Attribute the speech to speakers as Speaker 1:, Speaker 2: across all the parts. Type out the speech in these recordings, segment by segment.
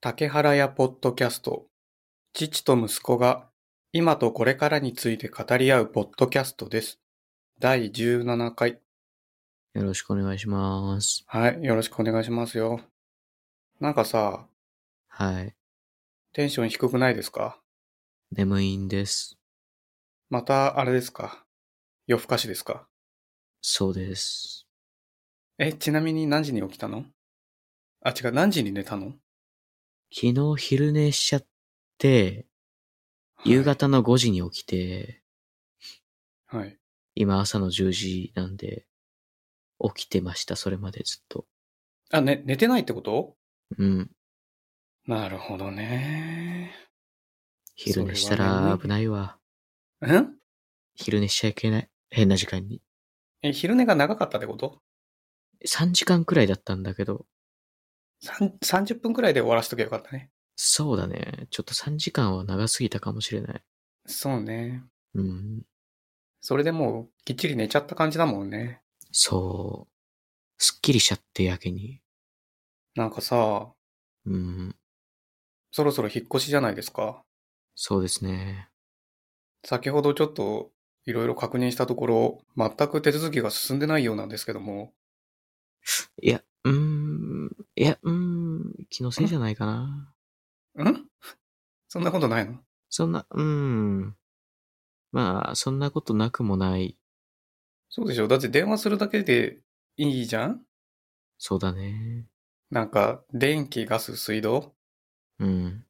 Speaker 1: 竹原屋ポッドキャスト父と息子が今とこれからについて語り合うポッドキャストです。第17回。
Speaker 2: よろしくお願いします。
Speaker 1: はい。よろしくお願いしますよ。なんかさ、
Speaker 2: はい。
Speaker 1: テンション低くないですか
Speaker 2: 眠いんです。
Speaker 1: また、あれですか夜更かしですか
Speaker 2: そうです。
Speaker 1: え、ちなみに何時に起きたのあ、違う。何時に寝たの
Speaker 2: 昨日昼寝しちゃって、夕。方の5時に起きて、
Speaker 1: はい。はい
Speaker 2: 今朝の10時なんで、起きてました、それまでずっと。
Speaker 1: あ、ね、寝てないってこと
Speaker 2: うん。
Speaker 1: なるほどね。
Speaker 2: 昼寝した
Speaker 1: それは眠
Speaker 2: ら
Speaker 1: い
Speaker 2: 危ないわ。
Speaker 1: ん
Speaker 2: 昼寝しちゃいけない。変な時間に。
Speaker 1: え、昼寝が長かったってこと
Speaker 2: 3時間くらいだったんだけど、
Speaker 1: 三30分くらいで終わらせとけばよかったね。
Speaker 2: そうだね。ちょっと3時間は長すぎたかもしれない。
Speaker 1: そうね。
Speaker 2: うん。
Speaker 1: それでもうきっちり寝ちゃった感じだもんね。
Speaker 2: そう。すっきりしちゃって、やけに。
Speaker 1: なんかさ、
Speaker 2: うん。
Speaker 1: そろそろ引っ越しじゃないですか。
Speaker 2: そうですね。
Speaker 1: 先ほどちょっといろいろ確認したところ、全く手続きが進んでないようなんですけども、
Speaker 2: いや、うーん、いや、うーん、気のせいじゃないかな。
Speaker 1: ん そんなことないの
Speaker 2: そんな、うーん。まあ、そんなことなくもない。
Speaker 1: そうでしょだって電話するだけでいいじゃん
Speaker 2: そうだね。
Speaker 1: なんか、電気、ガス、水道
Speaker 2: うん。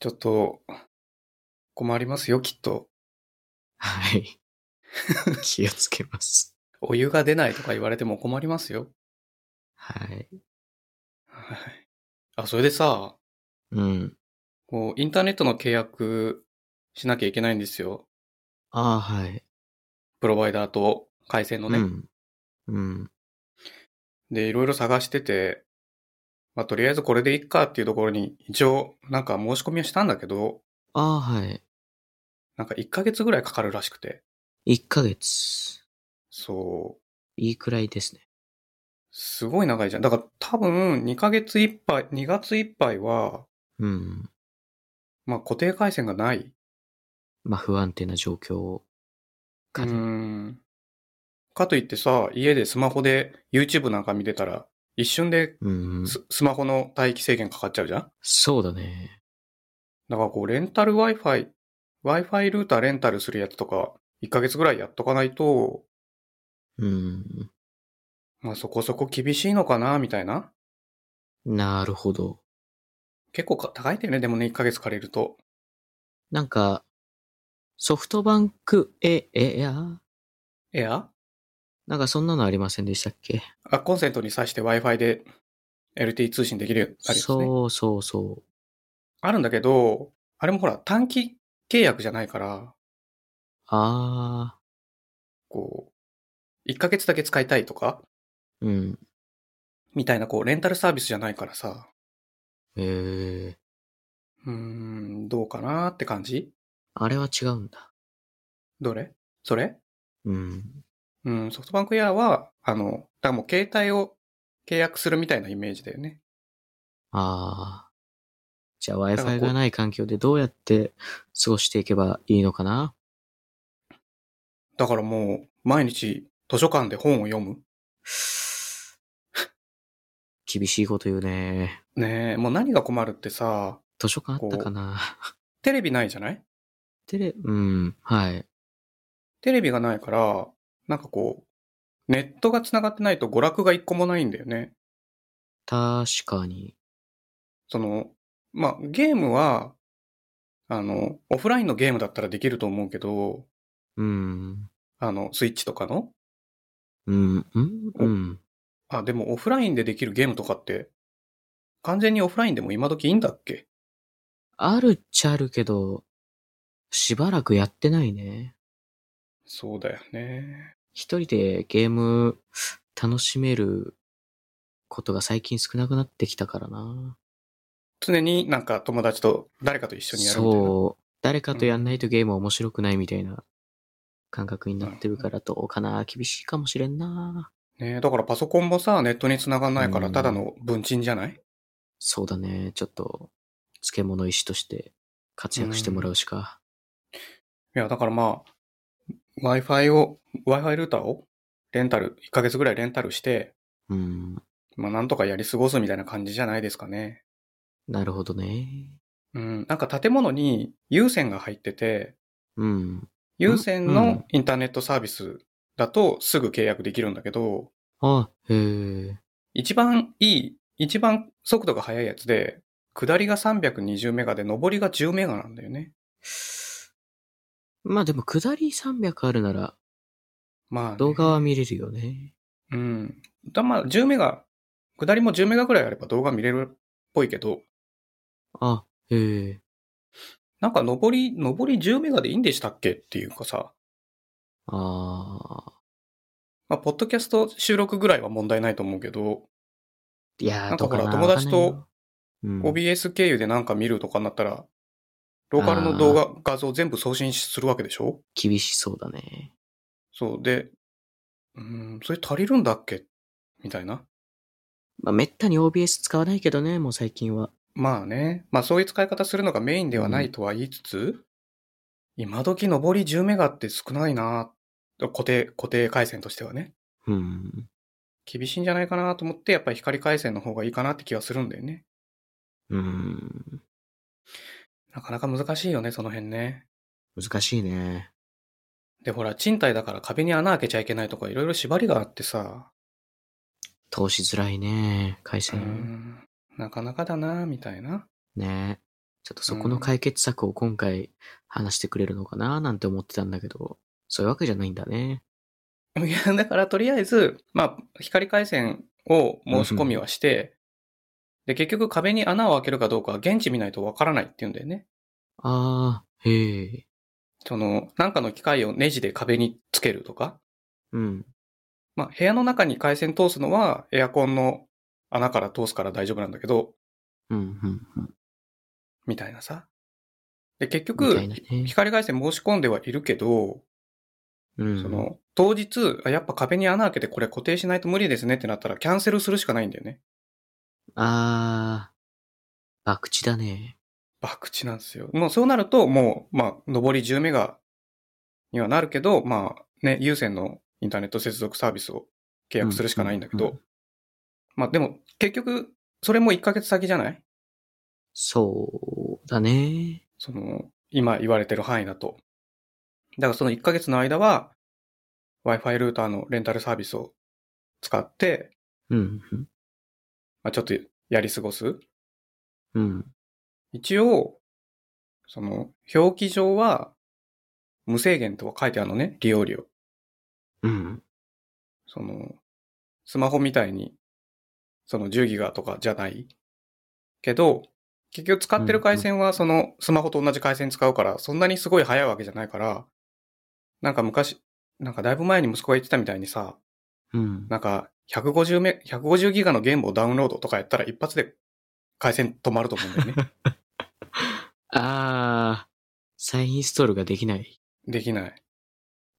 Speaker 1: ちょっと、困りますよ、きっと。
Speaker 2: はい。 気をつけます。
Speaker 1: お湯が出ないとか言われても困りますよ。
Speaker 2: はい。
Speaker 1: はい。あ、それでさ、
Speaker 2: うん。
Speaker 1: こう、インターネットの契約しなきゃいけないんですよ。
Speaker 2: ああ、はい。
Speaker 1: プロバイダーと回線の
Speaker 2: う
Speaker 1: ね。
Speaker 2: ん。うん。
Speaker 1: で、いろいろ探してて、まあ、とりあえずこれでいっかっていうところに、一応、なんか申し込みをしたんだけど、
Speaker 2: ああ、はい。
Speaker 1: なんか1ヶ月ぐらいかかるらしくて。
Speaker 2: 1ヶ月。
Speaker 1: そう。
Speaker 2: いいくらいですね。
Speaker 1: すごい長いじゃん。だから多分、2ヶ月いっぱい、2月いっぱいは、
Speaker 2: うん。
Speaker 1: まあ、固定回線がない。
Speaker 2: まあ、不安定な状
Speaker 1: う
Speaker 2: 況かね。
Speaker 1: ん。かといってさ、家でスマホで YouTube なんか見てたら、一瞬で
Speaker 2: うん。
Speaker 1: ススマホの待機制限かかっちゃうじゃん
Speaker 2: そうだね。
Speaker 1: だからこう、レンタル Wi-Fi、Wi-Fi ルーターレンタルするやつとか、1ヶ月ぐらいやっとかないと、
Speaker 2: うん。
Speaker 1: まあそこそこ厳しいのかな、みたいな。
Speaker 2: なるほど。
Speaker 1: 結構か高いんだよね、でもね、1ヶ月借りると。
Speaker 2: なんか、ソフトバンク、え、え、いや、
Speaker 1: エア
Speaker 2: なんかそんなのありませんでしたっけ
Speaker 1: あ、コンセントに挿して Wi-Fi で LTE 通信できるあれですね。
Speaker 2: そうそうそう。
Speaker 1: あるんだけど、あれもほら、短期契約じゃないから、
Speaker 2: あ
Speaker 1: こう、1ヶ月だけ使いたいとか、
Speaker 2: ー、うん。
Speaker 1: みたいな、こう、レンタルサービスじゃないからさ、
Speaker 2: えー、
Speaker 1: うーん、どうかなって感じ
Speaker 2: あれは違うんだ。
Speaker 1: どれそれ
Speaker 2: うん。
Speaker 1: うん、ソフトバンクエアは、あの、だからもう携帯を契約するみたいなイメージだよね。
Speaker 2: あー。じゃあ
Speaker 1: からこう
Speaker 2: Wi-Fi がない環境でどうやって過ごしていけばいいのかな
Speaker 1: だからもう、毎日図書館で本を読む。
Speaker 2: 厳しいこと言うね。
Speaker 1: ねえ、もう何が困るってさ、
Speaker 2: 図書館あったかな
Speaker 1: テレビないじゃない
Speaker 2: テレ、うん、はい。
Speaker 1: テレビがないから、なんかこう、ネットが繋がってないと娯楽が一個もないんだよね。
Speaker 2: 確かに。
Speaker 1: その、まあ、ゲームは、あの、オフラインのゲームだったらできると思うけど、
Speaker 2: うん。
Speaker 1: あの、スイッチとかの。
Speaker 2: うん、うん、うん。
Speaker 1: あ、でもオフラインでできるゲームとかって、完全にオフラインでも今時いいんだっけ
Speaker 2: あるっちゃあるけど、しばらくやってないね。
Speaker 1: そうだよね。
Speaker 2: 一人でゲーム楽しめることが最近少なくなってきたからな。
Speaker 1: 常になんか友達と誰かと一緒にやるみたいな。
Speaker 2: そう。誰かとやんないとゲームは面白くないみたいな感覚になってるからどうかな。厳しいかもしれんな。
Speaker 1: ねだからパソコンもさ、ネットに繋がんないから
Speaker 2: うん
Speaker 1: ただの文鎮じゃない
Speaker 2: そうだね。ちょっと、漬物石として活躍してもらうしか。
Speaker 1: いや、だからまあ、Wi-Fi を、Wi-Fi ルーターをレンタル、1ヶ月ぐらいレンタルして、
Speaker 2: うん。
Speaker 1: まあなんとかやり過ごすみたいな感じじゃないですかね。
Speaker 2: なるほどね。
Speaker 1: うん。なんか建物に有線が入ってて、
Speaker 2: うん。
Speaker 1: 有線
Speaker 2: うん
Speaker 1: のインターネットサービスだとすぐ契約できるんだけど、
Speaker 2: あ、へえ。
Speaker 1: 一番いい、一番速度が速いやつで、下りが320メガで上りが10メガなんだよね。
Speaker 2: まあでも、下り300あるなら、
Speaker 1: まあね、
Speaker 2: 動画は見れるよね。
Speaker 1: うん。だまあ10メガ、下りも10メガぐらいあれば動画見れるっぽいけど、
Speaker 2: あ、へえ。
Speaker 1: なんか上り、上り10メガでいいんでしたっけっていうかさ、
Speaker 2: ああ。
Speaker 1: まあ、ポッドキャスト収録ぐらいは問題ないと思うけど、
Speaker 2: い
Speaker 1: な
Speaker 2: やー、
Speaker 1: んか
Speaker 2: どう
Speaker 1: ほ
Speaker 2: からな
Speaker 1: 友達と
Speaker 2: わかんないようん、
Speaker 1: OBS 経由でなんか見るとかになったら、ローカルの動画、画像全部送信するわけでしょ
Speaker 2: 厳しそうだね。
Speaker 1: そう。で、うーん、それ足りるんだっけみたいな。
Speaker 2: まあ、めったに OBS 使わないけどね、もう最近は。
Speaker 1: まあね。まあそういう使い方するのがメインではないとは言いつつ、今時上り10メガって少ないな固定、固定回線としてはね。
Speaker 2: うん。
Speaker 1: 厳しいんじゃないかなと思って、やっぱり光回線の方がいいかなって気はするんだよね。
Speaker 2: うん。
Speaker 1: なかなか難しいよね、その辺ね。
Speaker 2: 難しいね。
Speaker 1: で、ほら、賃貸だから壁に穴開けちゃいけないとかいろいろ縛りがあってさ、
Speaker 2: 通しづらいね、回
Speaker 1: うー
Speaker 2: 線。
Speaker 1: ん、なかなかだなみたいな。
Speaker 2: ね。ちょっとそこの解決策を今回話してくれるのかななんて思ってたんだけど、そういうわけじゃないんだね。
Speaker 1: いや、だからとりあえず、まあ、光回線を申し込みはして、で、結局壁に穴を開けるかどうかは現地見ないとわからないっていうんだよね。
Speaker 2: ああ、へえ。
Speaker 1: その、なんかの機械をネジで壁につけるとか、
Speaker 2: うん。
Speaker 1: まあ、部屋の中に回線通すのはエアコンの穴から通すから大丈夫なんだけど、
Speaker 2: うん、うん、うん。
Speaker 1: みたいなさ。で、結
Speaker 2: み
Speaker 1: 局
Speaker 2: たい、なね。
Speaker 1: 光回線申し込んではいるけど、
Speaker 2: うん。
Speaker 1: その、当日、あやっぱ壁に穴開けてこれ固定しないと無理ですねってなったらキャンセルするしかないんだよね。
Speaker 2: ああ、博打だね。
Speaker 1: 博打なんですよ。もうそうなると、もう、まあ、上り10メガにはなるけど、まあ、ね、有線のインターネット接続サービスを契約するしかないんだけど、
Speaker 2: うんうんうん
Speaker 1: まあでも、結局、それも1ヶ月先じゃない
Speaker 2: そうだね。
Speaker 1: その、今言われてる範囲だと。だからその1ヶ月の間は、Wi-Fi ルーターのレンタルサービスを使って、
Speaker 2: うん、うん
Speaker 1: まあ、ちょっとやり過ごす。
Speaker 2: うん。
Speaker 1: 一応、その、表記上は、無制限とは書いてあるのね、利用料。
Speaker 2: うん。
Speaker 1: その、スマホみたいに、その10ギガとかじゃない。けど、結局使ってる回線はそのスマホと同じ回線使うから、そんなにすごい早いわけじゃないから、なんか昔、なんかだいぶ前に息子が言ってたみたいにさ、
Speaker 2: うん。
Speaker 1: なんか150メ、150ギガのゲームをダウンロードとかやったら一発で回線止まると思うんだよね。
Speaker 2: ああ、再インストールができない。
Speaker 1: できない。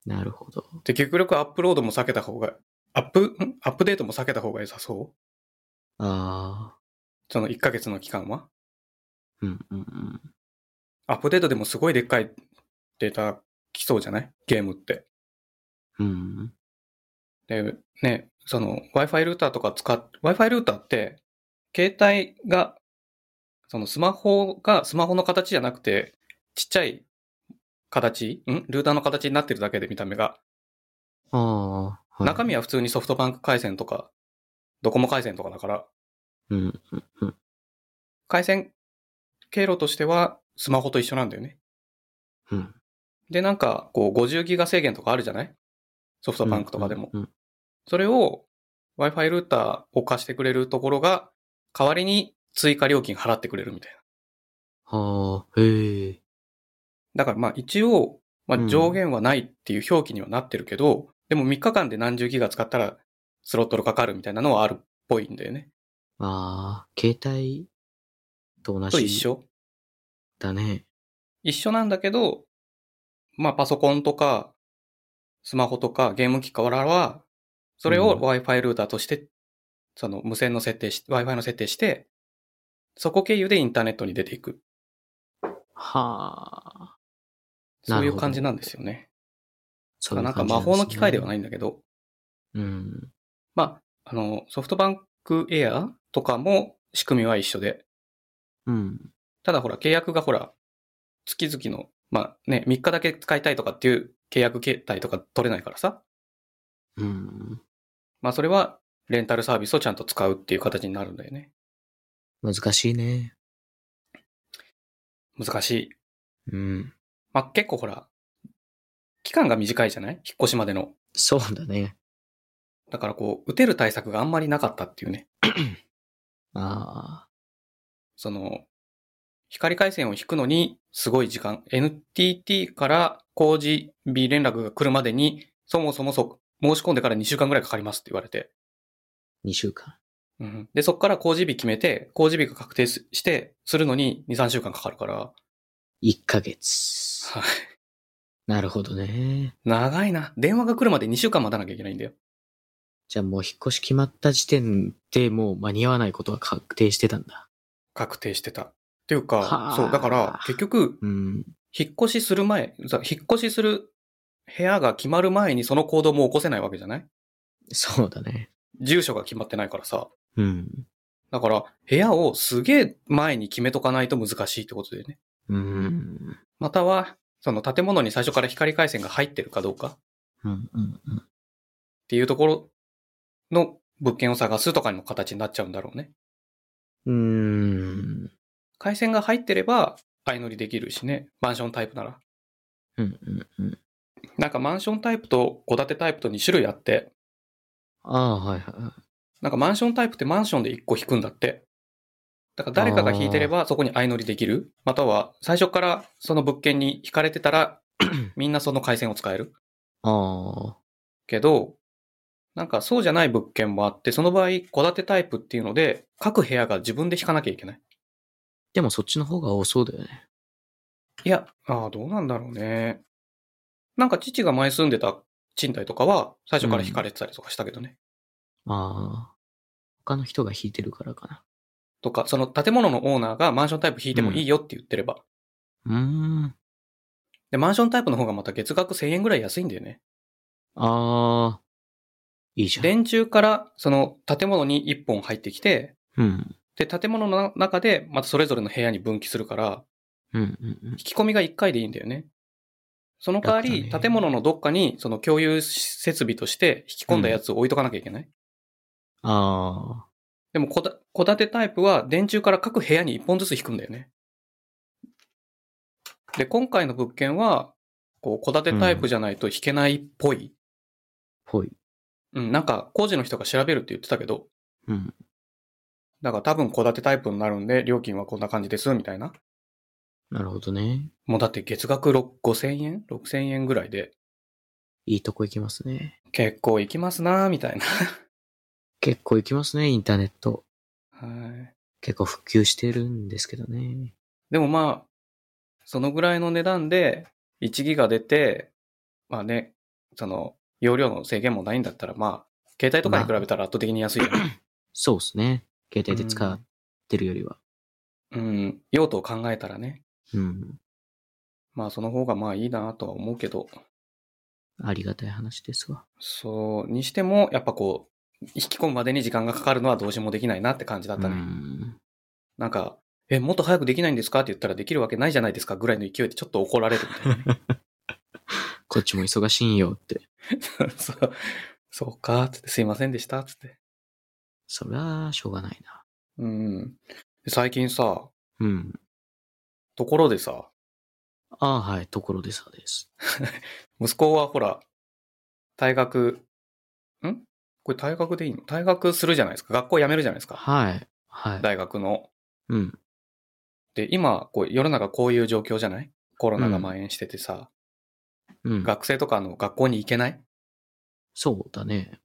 Speaker 2: なるほど。
Speaker 1: で、極力アップロードも避けた方が、アップ、んアップデートも避けた方が良さそう
Speaker 2: ああ、
Speaker 1: その1ヶ月の期間は
Speaker 2: うんうんうん。
Speaker 1: アップデートでもすごいでっかいデータ来そうじゃないゲームって。
Speaker 2: うん。
Speaker 1: で、ね、その Wi-Fi ルーターとか使っ、Wi-Fi ルーターって、携帯が、そのスマホがスマホの形じゃなくて、ちっちゃい形んルーターの形になってるだけで見た目が。
Speaker 2: ああ、はい
Speaker 1: 中身は普通にソフトバンク回線とか、ドコモ回線とかだから、
Speaker 2: うん。
Speaker 1: 回線経路としてはスマホと一緒なんだよね。
Speaker 2: うん。
Speaker 1: で、なんか、こう、50ギガ制限とかあるじゃないソフトバンクとかでも。
Speaker 2: うん。
Speaker 1: それを Wi-Fi ルーターを貸してくれるところが、代わりに追加料金払ってくれるみたいな。
Speaker 2: ああ、へえ。
Speaker 1: だからまあ一応、ま
Speaker 2: う
Speaker 1: あ
Speaker 2: ん
Speaker 1: 上限はないっていう表記にはなってるけど、でも3日間で何十ギガ使ったらスロットルかかるみたいなのはあるっぽいんだよね。
Speaker 2: ああ、携帯と同じ。
Speaker 1: と一緒。
Speaker 2: だね。
Speaker 1: 一緒なんだけど、まあパソコンとか、スマホとかゲーム機からは、それ
Speaker 2: う
Speaker 1: を
Speaker 2: ん
Speaker 1: Wi-Fi ルーターとして、その無線の設定し、Wi-Fi の設定して、そこ経由でインターネットに出ていく。
Speaker 2: はあ。
Speaker 1: そういう
Speaker 2: なるほど
Speaker 1: 感じなんですよね。
Speaker 2: そ
Speaker 1: だからなんか魔法の機械ではないいんだけど、
Speaker 2: う感じなんですね。うん。
Speaker 1: まあ、あの、ソフトバンクエアとかも仕組みは一緒で、
Speaker 2: うん。
Speaker 1: ただほら、契約がほら、月々の、まあね、3日だけ使いたいとかっていう契約形態とか取れないからさ、
Speaker 2: うん。
Speaker 1: まあそれはレンタルサービスをちゃんと使うっていう形になるんだよね。
Speaker 2: 難しいね。
Speaker 1: 難しい。
Speaker 2: うん。
Speaker 1: まあ結構ほら、期間が短いじゃない引っ越しまでの。
Speaker 2: そうだね。
Speaker 1: だからこう、打てる対策があんまりなかったっていうね。
Speaker 2: ああ。
Speaker 1: その、光回線を引くのに、すごい時間。NTT から工事日連絡が来るまでに、そもそもそ、申し込んでから2週間ぐらいかかりますって言われて。
Speaker 2: 2週間。
Speaker 1: うん、で、そこから工事日決めて、工事日が確定すして、するのに2、3週間かかるから、
Speaker 2: 1ヶ月。
Speaker 1: はい
Speaker 2: なるほどね。
Speaker 1: 長いな。電話が来るまで2週間待たなきゃいけないんだよ。
Speaker 2: じゃあもう引っ越し決まった時点でもう間に合わないことは確定してたんだ。
Speaker 1: 確定してた。っていう
Speaker 2: は
Speaker 1: か
Speaker 2: あ、
Speaker 1: そう、だから、結局、
Speaker 2: うん。
Speaker 1: 引っ越しする前、ざ引っ越しする部屋が決まる前にその行動も起こせないわけじゃない
Speaker 2: そうだね。
Speaker 1: 住所が決まってないからさ。
Speaker 2: うん。
Speaker 1: だから、部屋をすげえ前に決めとかないと難しいってことだよね。
Speaker 2: うん。
Speaker 1: または、その建物に最初から光回線が入ってるかどうかっ
Speaker 2: うん。うん。うん
Speaker 1: ていうところの物件を探すとかの形になっちゃうんだろうね。
Speaker 2: うん。
Speaker 1: 回線が入ってれば、相乗りできるしね。マンションタイプなら。
Speaker 2: うん。うん。うん。
Speaker 1: なんかマンションタイプと戸建てタイプと2種類あって、
Speaker 2: ああ、はいはいはい。
Speaker 1: なんかマンションタイプってマンションで1個引くんだって。だから誰かが引いてればそこに相乗りできる。または、最初からその物件に引かれてたら、みんなその回線を使える。
Speaker 2: ああ。
Speaker 1: けど、なんかそうじゃない物件もあって、その場合、戸建てタイプっていうので、各部屋が自分で引かなきゃいけない。
Speaker 2: でもそっちの方が多そうだよね。
Speaker 1: いや、ああ、どうなんだろうね。なんか父が前住んでた賃貸とかは、最初から引かれてたりとかしたけどね。
Speaker 2: ああ。他の人が引いてるからか
Speaker 1: とか、その建物のオーナーがマンションタイプ引いてもいいよって言ってれば。
Speaker 2: な。うーん。
Speaker 1: で、マンションタイプの方がまた月額1000円ぐらい安いんだよね。
Speaker 2: ああ。いいじゃん。
Speaker 1: 電柱から、その建物に1本入ってきて、
Speaker 2: うん。
Speaker 1: で、建物の中で、またそれぞれの部屋に分岐するから、
Speaker 2: うん。うん。うん
Speaker 1: 引き込みが1回でいいんだよね。その代わり、
Speaker 2: 楽だね
Speaker 1: 建物のどっかに、その共有設備として引き込んだやつを置いとかなきゃいけない。
Speaker 2: ああ。
Speaker 1: でも、こだ戸建てタイプは電柱から各部屋に1本ずつ引くんだよね。で、今回の物件は、こう、戸建てタイプじゃないと引けないっぽい。
Speaker 2: ぽい。
Speaker 1: うん、なんか、工事の人が調べるって言ってたけど、
Speaker 2: うん。
Speaker 1: だから多分戸建てタイプになるんで、料金はこんな感じです、みたいな。
Speaker 2: なるほどね。
Speaker 1: もうだって月額6 5000円 ?6000 円ぐらいで、
Speaker 2: いいとこ行きますね。
Speaker 1: 結構行きますなーみたいな。
Speaker 2: 結構行きますね、インターネット。
Speaker 1: はい。
Speaker 2: 結構普及してるんですけどね。
Speaker 1: でもまあ、そのぐらいの値段で1ギガ出て、まあね、その、容量の制限もないんだったら、まあ、携帯とかに比べたら圧倒的に安いよね。
Speaker 2: そうですね。携帯で使ってるよりは。
Speaker 1: うん、用途を考えたらね。
Speaker 2: うん。
Speaker 1: まあ、その方がまあいいなとは思うけど、
Speaker 2: ありがたい話ですわ。
Speaker 1: そう、にしても、やっぱこう、引き込むまでに時間がかかるのはどうしようもできないなって感じだったね。
Speaker 2: うん。
Speaker 1: なんか、え、もっと早くできないんですかって言ったらできるわけないじゃないですかぐらいの勢いでちょっと怒られるみたいなね。
Speaker 2: こっちも忙しいんよって。
Speaker 1: そう、そうか、つってすいませんでした、つって。
Speaker 2: そりゃ、しょうがないな。
Speaker 1: うん。最近さ、
Speaker 2: うん。
Speaker 1: ところでさ、
Speaker 2: ああ、はい。ところでさです。
Speaker 1: 息子はほら、退学、んこれ退学でいいの退学するじゃないですか。学校辞めるじゃないですか。
Speaker 2: はい。はい。
Speaker 1: 大学の。
Speaker 2: うん。
Speaker 1: で、今、こう世の中こういう状況じゃないコロナが蔓延しててさ、
Speaker 2: うん。
Speaker 1: 学生とかあの学校に行けない
Speaker 2: そうだね。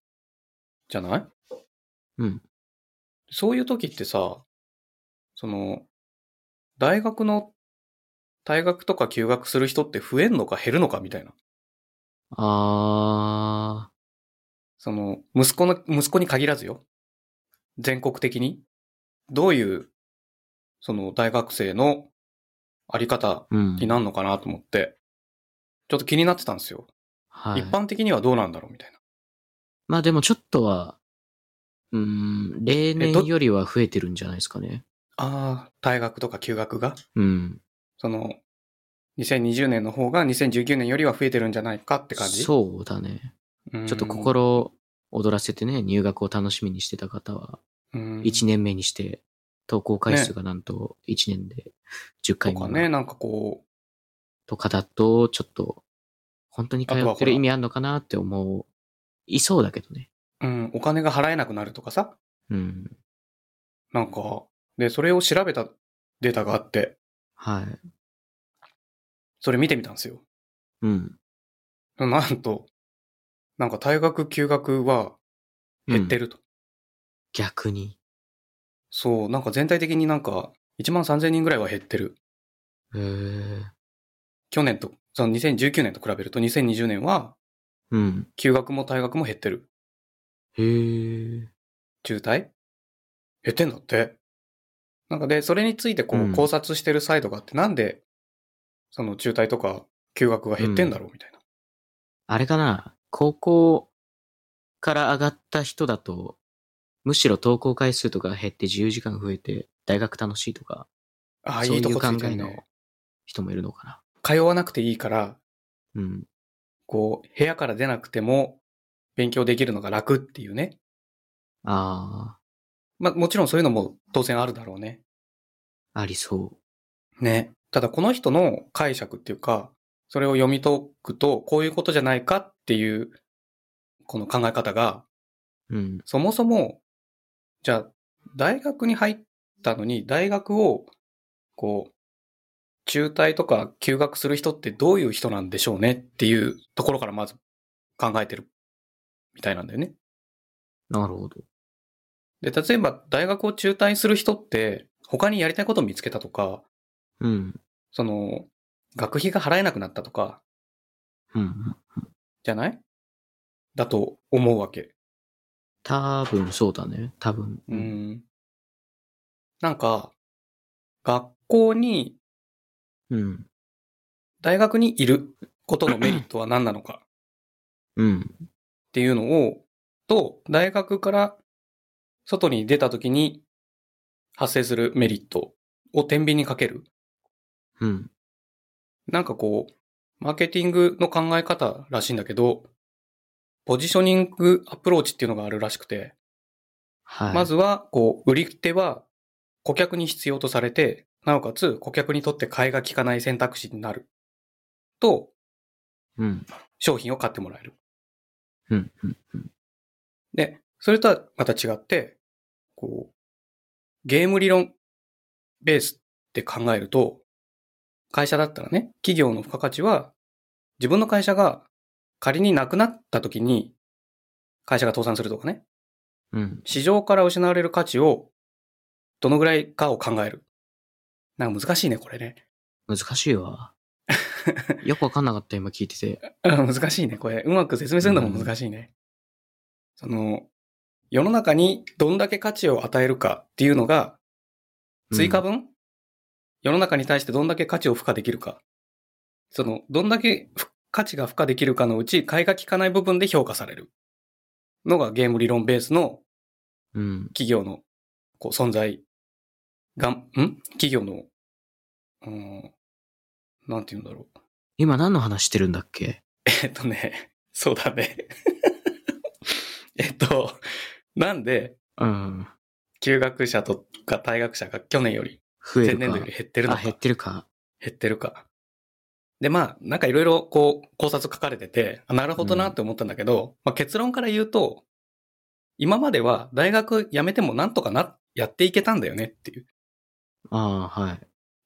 Speaker 1: じゃない
Speaker 2: うん。
Speaker 1: そういう時ってさ、その、大学の退学とか休学する人って増えんのか減るのかみたいな。
Speaker 2: あ
Speaker 1: その、息子の、息子に限らずよ。全国的に。どういうその大学生のあり方
Speaker 2: うん。
Speaker 1: になるのかなと思って、ちょっと気になってたんですよ。
Speaker 2: はい。
Speaker 1: 一般的にはどうなんだろうみたいな。
Speaker 2: まあでもちょっとは、うーん、例
Speaker 1: え
Speaker 2: 年
Speaker 1: ど
Speaker 2: よりは増えてるんじゃないですかね。
Speaker 1: ああ、大学とか休学が、
Speaker 2: うん。
Speaker 1: その、2020年の方が2019年よりは増えてるんじゃないかって感じ
Speaker 2: そうだね。
Speaker 1: うん
Speaker 2: ちょっと心躍らせてね、入学を楽しみにしてた方は、
Speaker 1: うん
Speaker 2: 1年目にして、投稿回数がなんと1年で10回
Speaker 1: と
Speaker 2: 目
Speaker 1: かね、なんかこう、
Speaker 2: とかだと、ちょっと、本当に通
Speaker 1: あとは
Speaker 2: っ
Speaker 1: ほ
Speaker 2: て
Speaker 1: ら
Speaker 2: る意味あんのかなって思う、いそうだけどね。
Speaker 1: うん、お金が払えなくなるとかさ、
Speaker 2: うん。
Speaker 1: なんか、で、それを調べたデータがあって、
Speaker 2: はい。
Speaker 1: それ見てみたんですよ。
Speaker 2: うん。
Speaker 1: なんと、なんか大学休学は減って
Speaker 2: る。
Speaker 1: ると。
Speaker 2: 逆に。
Speaker 1: そう、なんか全体的になんか1万3000人ぐらいは減ってる。
Speaker 2: へえ。
Speaker 1: 去年と、その2019年と比べると2020年は
Speaker 2: うん。
Speaker 1: 休学も退学も減ってる。
Speaker 2: へえ。
Speaker 1: 渋滞減ってんだって。なんかで、それについてこ
Speaker 2: うん
Speaker 1: う考察してるサイトがあって、なんで、その中退とか休学が減ってんだろうみたいな。
Speaker 2: あれかな高校から上がった人だと、むしろ投稿回数とか減って自由時間増えて、大学楽しいとか、
Speaker 1: ああ、
Speaker 2: そう
Speaker 1: い
Speaker 2: い
Speaker 1: いと
Speaker 2: う
Speaker 1: こつ
Speaker 2: 考
Speaker 1: いて
Speaker 2: え
Speaker 1: る
Speaker 2: の
Speaker 1: ね。
Speaker 2: 人もいるのか
Speaker 1: 通わなくていいから、
Speaker 2: な。うん。
Speaker 1: こう、部屋から出なくても勉強できるのが楽っていうね。
Speaker 2: あ
Speaker 1: まあ、もちろんそういうのも当然あるだろうね。
Speaker 2: あ、ありそう。
Speaker 1: ね。ただこの人の解釈っていうか、それを読み解くと、こういうことじゃないかっていう、この考え方が、
Speaker 2: うん。
Speaker 1: そもそも、じゃあ、大学に入ったのに、大学を、こう、中退とか休学する人ってどういう人なんでしょうねっていうところからまず考えてるみたいなんだよね。
Speaker 2: なるほど。
Speaker 1: で、例えば大学を中退する人って、他にやりたいことを見つけたとか、
Speaker 2: うん。
Speaker 1: その、学費が払えなくなったとか、
Speaker 2: うん。
Speaker 1: じゃないだと思うわけ。
Speaker 2: 多分そうだね。多分。
Speaker 1: う。ん。なんか、学校に
Speaker 2: うん。
Speaker 1: 大学にいることのメリットは何なの かっ
Speaker 2: うん。
Speaker 1: ていうのを、と、大学から外に出た時に発生するメリットを天秤にかける。
Speaker 2: うん。
Speaker 1: なんかこう、マーケティングの考え方らしいんだけど、ポジショニングアプローチっていうのがあるらしくて、
Speaker 2: はい。
Speaker 1: まずは、こう、売り手は顧客に必要とされて、なおかつ顧客にとって買いが利かない選択肢になる。と、
Speaker 2: うん。
Speaker 1: 商品を買ってもらえる。
Speaker 2: うん。うん。
Speaker 1: で、それとはまた違って、こう、ゲーム理論ベースで考えると、会社だったらね、企業の付加価値は、自分の会社が仮になくなった時に、会社が倒産するとかね、
Speaker 2: うん。
Speaker 1: 市場から失われる価値を、どのぐらいかを考える。なんか難しいね、これね。
Speaker 2: 難しいわ。よくわかんなかった、今聞いてて。
Speaker 1: うん難しいね、これ。うまく説明するのも難しいね。その、世の中にどんだけ価値を与えるかっていうのが、追加
Speaker 2: 分
Speaker 1: 分、世の中に対してどんだけ価値を付加できるか。その、どんだけふ価値が付加できるかのうち、買いが利かない部分で評価されるのがゲーム理論ベースの
Speaker 2: うん。
Speaker 1: 企業のこう存在が、ん企業の、うん、なんて言うんだろう。
Speaker 2: 今何の話してるんだっけ
Speaker 1: えっとね、そうだね。 えっと、なんで、
Speaker 2: うん。
Speaker 1: 休学者とか退学者が去年より、
Speaker 2: 増え
Speaker 1: 前
Speaker 2: る
Speaker 1: 年度
Speaker 2: か
Speaker 1: より。減ってるの
Speaker 2: あ、
Speaker 1: か。
Speaker 2: 減ってるか。
Speaker 1: 減ってるか。で、まあ、なんかいろいろこう考察書かれてて、あなるほどなって思ったんだけど、まあ結論から言うと、今までは大学辞めてもなんとかな、やっていけたんだよねっていう。
Speaker 2: ああ、はい。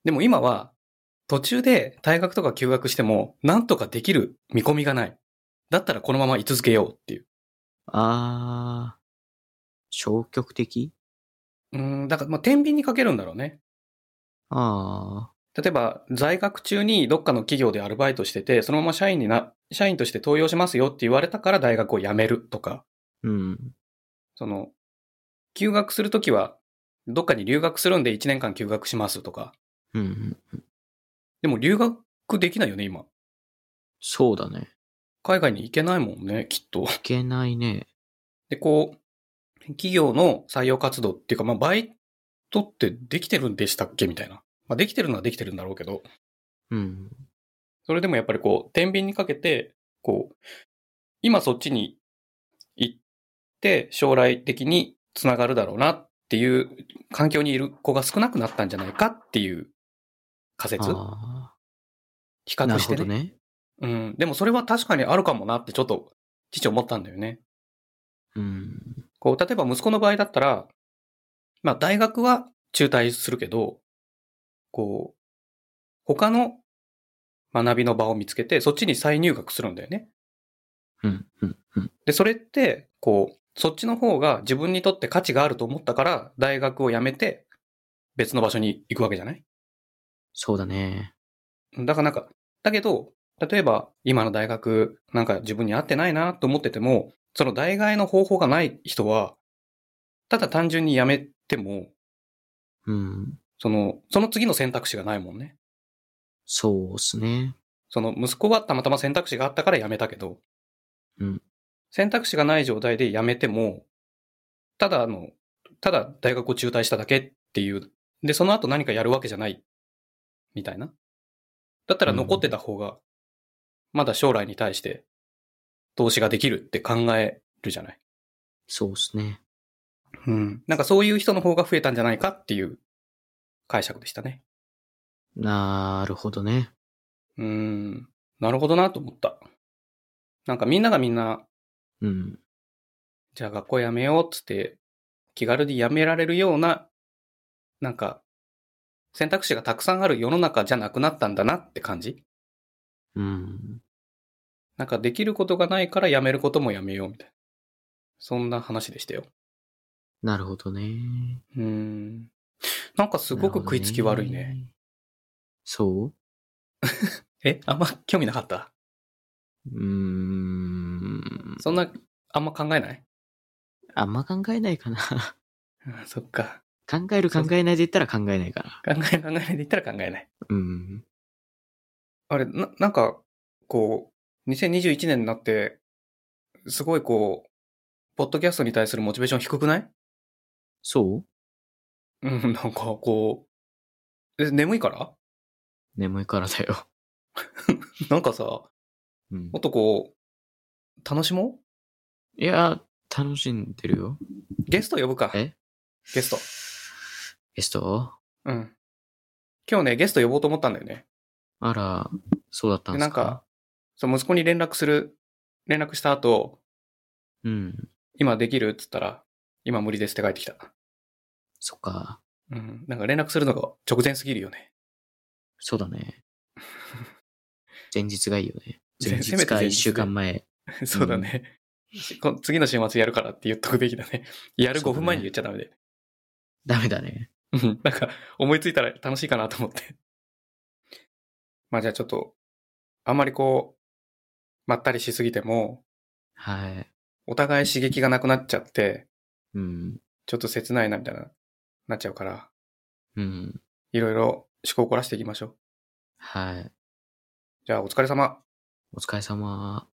Speaker 1: でも今は、途中で退学とか休学しても、なんとかできる見込みがない。だったらこのまま居続けようっていう。
Speaker 2: ああ、消極的
Speaker 1: うん、だからまあ天秤にかけるんだろうね。
Speaker 2: ああ、
Speaker 1: 例えば、在学中にどっかの企業でアルバイトしてて、そのまま社員にな、社員として登用しますよって言われたから大学を辞めるとか、
Speaker 2: うん。
Speaker 1: その、休学するときは、どっかに留学するんで1年間休学しますとか。
Speaker 2: うんうん。
Speaker 1: でも留学できないよね、今。
Speaker 2: そうだね。
Speaker 1: 海外に行けないもんね、きっと。
Speaker 2: いけないね。
Speaker 1: で、こう、企業の採用活動っていうか、まあ、バイトってできてるんでしたっけみたいな。まあ、できてるのはできてるんだろうけど、
Speaker 2: うん。
Speaker 1: それでもやっぱりこう、天秤にかけて、こう、今そっちに行って、将来的につながるだろうなっていう環境にいる子が少なくなったんじゃないかっていう仮説
Speaker 2: あ
Speaker 1: 比
Speaker 2: あ。な
Speaker 1: 較
Speaker 2: る
Speaker 1: し
Speaker 2: ほ
Speaker 1: て
Speaker 2: ど
Speaker 1: ね。
Speaker 2: ね。
Speaker 1: うん。でもそれは確かにあるかもなってちょっと、父思ったんだよね。
Speaker 2: うん。
Speaker 1: こう、例えば息子の場合だったら、まあ大学は中退するけど、こう、他の学びの場を見つけて、そっちに再入学するんだよね。
Speaker 2: うん。うん。うん。
Speaker 1: で、それって、こう、そっちの方が自分にとって価値があると思ったから、大学を辞めて、別の場所に行くわけじゃない
Speaker 2: そうだね。
Speaker 1: だからなんか、だけど、例えば今の大学なんか自分に合ってないなと思ってても、その代替えの方法がない人は、ただ単純に辞めても、
Speaker 2: うん。
Speaker 1: その、その次の選択肢がないもんね。
Speaker 2: そうっすね。
Speaker 1: その息子はたまたま選択肢があったから辞めたけど、
Speaker 2: うん
Speaker 1: 選択肢がない状態で辞めても、ただあの、ただ大学を中退しただけっていう、で、その後何かやるわけじゃない、みたいな。だったら残ってた方が、まだ将来に対して投資ができるって考えるじゃない。
Speaker 2: そうっすね。
Speaker 1: うん。なんかそういう人の方が増えたんじゃないかっていう解釈でしたね。
Speaker 2: なるほどね。
Speaker 1: うーん。なるほどなと思った。なんかみんながみんな、
Speaker 2: うん。
Speaker 1: じゃあ学校辞めようっつって、気軽に辞められるような、なんか、選択肢がたくさんある世の中じゃなくなったんだなって感じ
Speaker 2: うん。
Speaker 1: なんかできることがないから辞めることも辞めようみたいな。そんな話でしたよ。
Speaker 2: なるほどね。
Speaker 1: うーん。なんかすごく食いつき悪いね。。
Speaker 2: そう
Speaker 1: えあんま興味なかった
Speaker 2: うーん。
Speaker 1: そんな、あんま考えない
Speaker 2: あんま考えない かな。
Speaker 1: うんそっか。
Speaker 2: 考える考えないで言ったら考えないかな。
Speaker 1: 考え考えないで言ったら考えない。
Speaker 2: うん。
Speaker 1: あれ、な、なんか、こう、2021年になって、すごいこう、ポッドキャストに対するモチベーション低くない
Speaker 2: そう
Speaker 1: うん、なんかこう、え、眠いから
Speaker 2: 眠いからだよ。
Speaker 1: なんかさ、も
Speaker 2: うん
Speaker 1: っとこう、楽しも
Speaker 2: いや、楽しんでるよ。
Speaker 1: うゲスト呼ぶか。
Speaker 2: え
Speaker 1: ゲスト。
Speaker 2: ゲスト
Speaker 1: うん。今日ね、ゲスト呼ぼうと思ったんだよね。
Speaker 2: あら、そうだったん
Speaker 1: で、
Speaker 2: で
Speaker 1: な
Speaker 2: す
Speaker 1: ん
Speaker 2: か
Speaker 1: か、そう、息子に連絡する、連絡した後、
Speaker 2: うん。
Speaker 1: 今できるっつったら、今無理ですって帰ってきた。
Speaker 2: そっか。
Speaker 1: うん。なんか連絡するのが直前すぎるよね。
Speaker 2: そうだ ね。前日がいいよね。
Speaker 1: せ
Speaker 2: 前
Speaker 1: せめ
Speaker 2: 日
Speaker 1: て
Speaker 2: か
Speaker 1: 前日で
Speaker 2: 一週間前。
Speaker 1: そうだね。こ次の週末やるからって言っとくべきだね。やる
Speaker 2: そう
Speaker 1: 5
Speaker 2: だね
Speaker 1: 分前に言っちゃダメで。
Speaker 2: ダメだね。
Speaker 1: うんなんか、思いついたら楽しいかなと思って。まあじゃあちょっと、あんまりこう、まったりしすぎても、
Speaker 2: はい。
Speaker 1: お互い刺激がなくなっちゃって、
Speaker 2: うん。
Speaker 1: ちょっと切ないなみたいな、なっちゃうから、
Speaker 2: うん。
Speaker 1: いろいろ思考を凝らしていきましょう。
Speaker 2: はい。
Speaker 1: じゃあお疲れ様。
Speaker 2: お疲れ様。